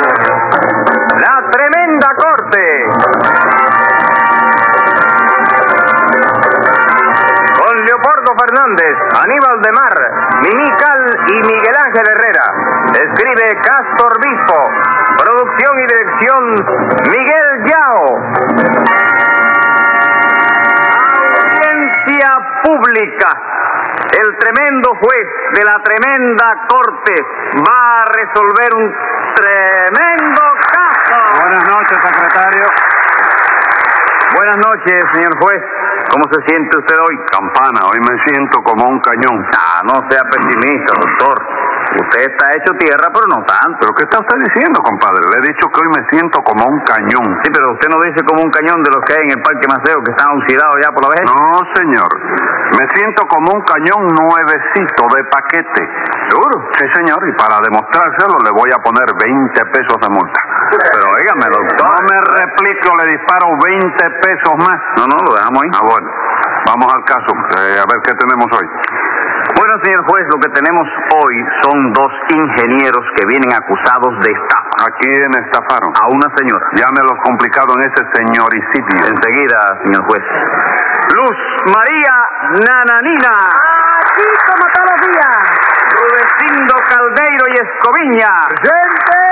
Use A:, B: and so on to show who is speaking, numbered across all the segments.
A: La tremenda corte. Con Leopoldo Fernández, Aníbal de Mar, Minical y Miguel Ángel Herrera. Escribe Castor Bispo. Producción y dirección Miguel Yao. Audiencia pública. El tremendo juez de la tremenda corte va a resolver un tremendo caso. Buenas noches, secretario. Buenas noches, señor juez. ¿Cómo se siente usted hoy?
B: Campana, hoy me siento como un cañón.
A: Ah, no sea pesimista, doctor. Usted está hecho tierra, pero no tanto.
B: ¿Pero qué está usted diciendo, compadre? Le he dicho que hoy me siento como un cañón.
A: Sí, pero usted no dice como un cañón de los que hay en el Parque Maceo que están oxidados ya por la vez.
B: No, señor. Me siento como un cañón nuevecito de paquete.
A: ¿Seguro?
B: Sí, señor, y para demostrárselo le voy a poner 20 pesos de multa.
A: Pero óigame, doctor.
B: No me replico, le disparo 20 pesos más.
A: No, no, lo dejamos ahí.
B: Ah, bueno. Vamos al caso. Eh, a ver qué tenemos hoy.
A: Bueno, señor juez, lo que tenemos hoy son dos ingenieros que vienen acusados de estafa
B: ¿A quién estafaron?
A: a una señora.
B: Llámelo complicado en ese señoricidio.
A: Enseguida, señor juez. Luz María Nananina. Aquí como todos los días. Rudecindo Caldeiro y Escoviña. ¡Gente!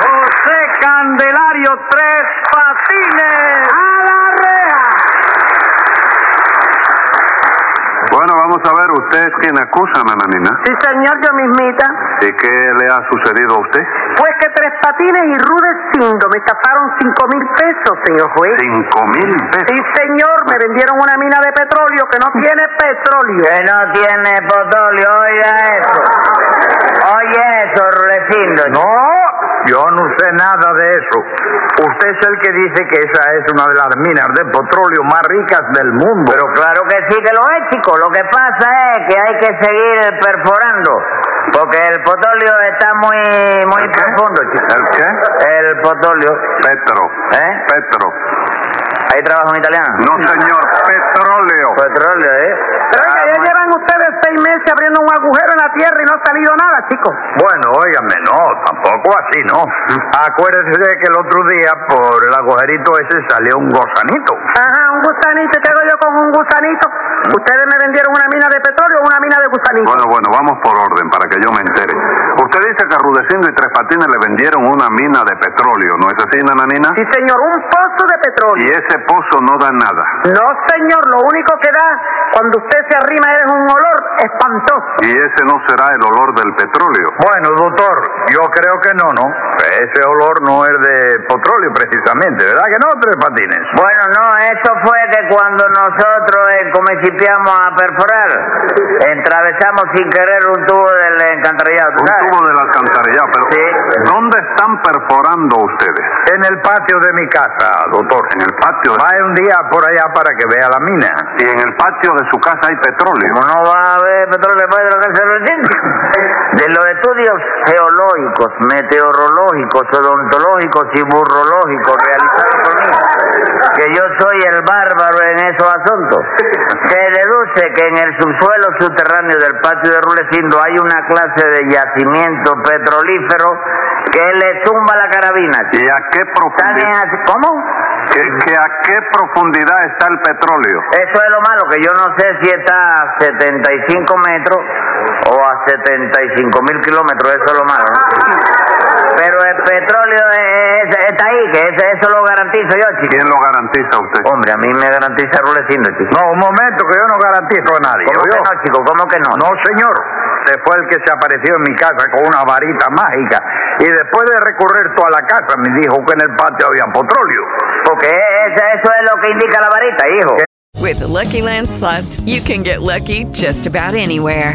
A: José Candelario Tres Patines. ¡A la rea!
B: Bueno, vamos a ver, usted es quien acusa, Nananina.
C: Sí, señor, yo mismita.
B: ¿Y qué le ha sucedido a usted?
C: Pues que Tres Patines y Rudecindo me estafaron cinco mil pesos, señor juez.
B: Cinco mil pesos.
C: Sí, señor, me vendieron una mina de petróleo que no tiene petróleo.
D: Que no tiene petróleo, oiga eso. Oye eso, Rulecindo.
E: No, yo no sé nada de eso. Usted es el que dice que esa es una de las minas de petróleo más ricas del mundo.
D: Pero claro que sí que lo es, chico. Lo que pasa es que hay que seguir perforando. Porque el petróleo está muy, muy
B: qué?
D: profundo, chico.
B: ¿El qué?
D: El petróleo.
B: Petro.
D: ¿Eh?
B: Petro.
D: Ahí trabaja un italiano.
B: No, señor, petróleo.
D: Petróleo, ¿eh?
C: Pero oiga, ya llevan ustedes seis meses abriendo un agujero en la tierra y no ha salido nada, chico.
E: Bueno, óigame, no, tampoco así, ¿no? Acuérdese de que el otro día por el agujerito ese salió un gusanito.
C: Ajá, un gusanito. ¿Y ¿Qué hago yo con un gusanito? Ustedes me vendieron una mina de petróleo o una mina de gusanito.
B: Bueno, bueno, vamos por orden para que yo me entere. Usted dice que a Rudecindo y Tres Patines le vendieron una mina de petróleo, ¿no es así, Nananina?
C: Sí, señor, un pozo de
B: Y
C: petróleo.
B: ese pozo no da nada.
C: No, señor, lo único que da cuando usted se arrima es un olor espantoso.
B: Y ese no será el olor del petróleo.
E: Bueno, doctor, yo creo que no, ¿no? Ese olor no es de petróleo precisamente, ¿verdad que no, Tres Patines?
D: Bueno, no, eso fue que cuando nosotros eh, comencipiamos a perforar, atravesamos sin querer un tubo del alcantarillado, ¿tú
B: Un
D: sabes?
B: tubo del alcantarillado, pero
D: Sí.
B: ¿dónde están perforando ustedes?
E: En el patio de mi casa, doctor.
B: En el patio. de-
E: Vaya un día por allá para que vea la mina.
B: Y en el patio de su casa hay petróleo.
D: Como no va a haber petróleo después de lo que se lo entiende? De los estudios geológicos, meteorológicos, odontológicos y burrológicos realizados por mí, que yo soy el bárbaro en esos asuntos, se deduce que en el subsuelo subterráneo del patio de Rulecindo hay una clase de yacimiento petrolífero que le zumba la carabina.
B: ¿Y a qué
D: ¿Están en
B: profundidad?
D: así? ¿Cómo?
B: ¿Que, que a qué profundidad está el petróleo?
D: Eso es lo malo, que yo no sé si está a 75 metros o o a 75 mil kilómetros, eso es lo malo. ¿no? Pero el petróleo es- es- está ahí, que ese- eso lo garantizo yo, chico.
B: ¿Quién lo garantiza a usted?
D: Hombre, a mí me garantiza Rulecindo, chico.
E: No, un momento, que yo no garantizo a nadie.
D: ¿Cómo que
E: ¿oyó?
D: no, chico? ¿Cómo que no?
E: No, señor. Usted fue el que se apareció en mi casa con una varita mágica. Y después de recorrer toda la casa, me dijo que en el patio había petróleo.
D: Porque ese- eso es lo que indica la varita, hijo.
F: With the Lucky Land slots, you can get lucky just about anywhere.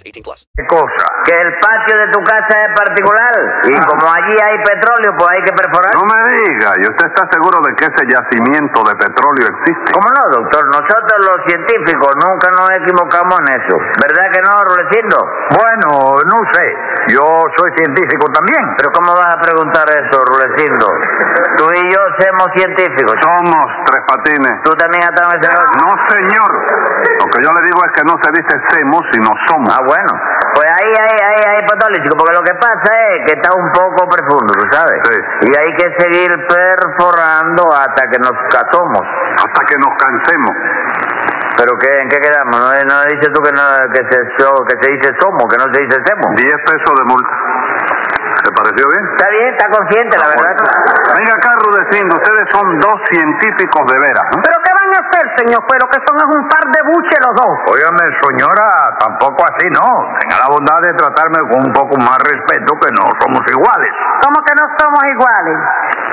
G: 18 plus.
E: ¿Qué cosa?
D: Que el patio de tu casa es particular. Y como allí hay petróleo, pues hay que perforar.
B: Ah. No me diga, ¿y usted está seguro de que ese yacimiento de petróleo existe?
D: ¿Cómo no, doctor? Nosotros los científicos nunca nos equivocamos en eso. ¿Verdad que no, Rulecindo?
E: Bueno, no sé. Yo soy científico también.
D: Pero ¿cómo vas a preguntar eso, Rulecindo? Tú y yo somos científicos.
B: Somos tres patines.
D: Tú también has estado en ese negocio.
B: No, señor. Lo que yo le digo es que no se dice semos, sino somos.
D: Ah, bueno. Pues ahí, ahí, ahí, ahí, petróleo, chico, porque lo que pasa es que está un poco profundo, ¿tú sabes?
B: Sí.
D: Y hay que seguir perforando hasta que nos catamos.
B: Hasta que nos cansemos.
D: ¿Pero qué, en qué quedamos? ¿No, no dices tú que, no, que, se, so- que se dice somos, que no se dice semos?
B: 10 pesos de multa. ¿Te pareció bien?
D: Está bien, está consciente,
E: Ah,
D: la verdad.
B: Venga acá, Rudecindo, ustedes son dos científicos de veras. ¿eh?
C: ¿Pero qué van a hacer, señor? Pero que son es un par de buches los dos.
E: Óigame, señora, tampoco así, no. Tenga la bondad de tratarme con un poco más respeto, que no somos iguales.
C: ¿Cómo que no somos iguales?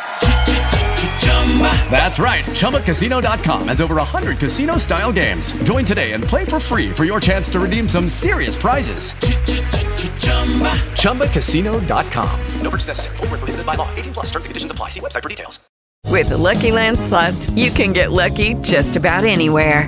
H: That's right, ChumbaCasino.com has over 100 casino style games. Join today and play for free for your chance to redeem some serious prizes. ChumbaCasino.com. No purchase necessary, forward, prohibited by law, 18 plus terms and conditions apply. See website for details.
F: With the Lucky Land slots, you can get lucky just about anywhere.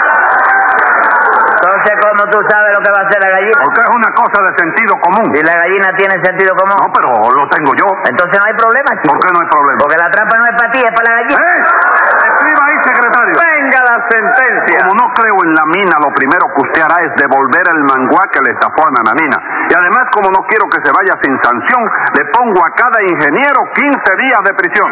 D: Entonces, ¿cómo tú sabes lo que va a hacer la gallina?
B: Porque es una cosa de sentido común.
D: Si la gallina tiene sentido común,
B: No, pero lo tengo yo.
D: entonces no hay problema, chico.
B: ¿Por qué no hay problema?
D: Porque la trampa no es para ti, es para la gallina.
B: ¡Eh! Escriba ahí, secretario. secretario.
A: Venga la sentencia.
B: Como no creo en la mina, lo primero que usted hará es devolver el manguá que le estafó a Nananina. Y además, como no quiero que se vaya sin sanción, le pongo a cada ingeniero 15 días de prisión.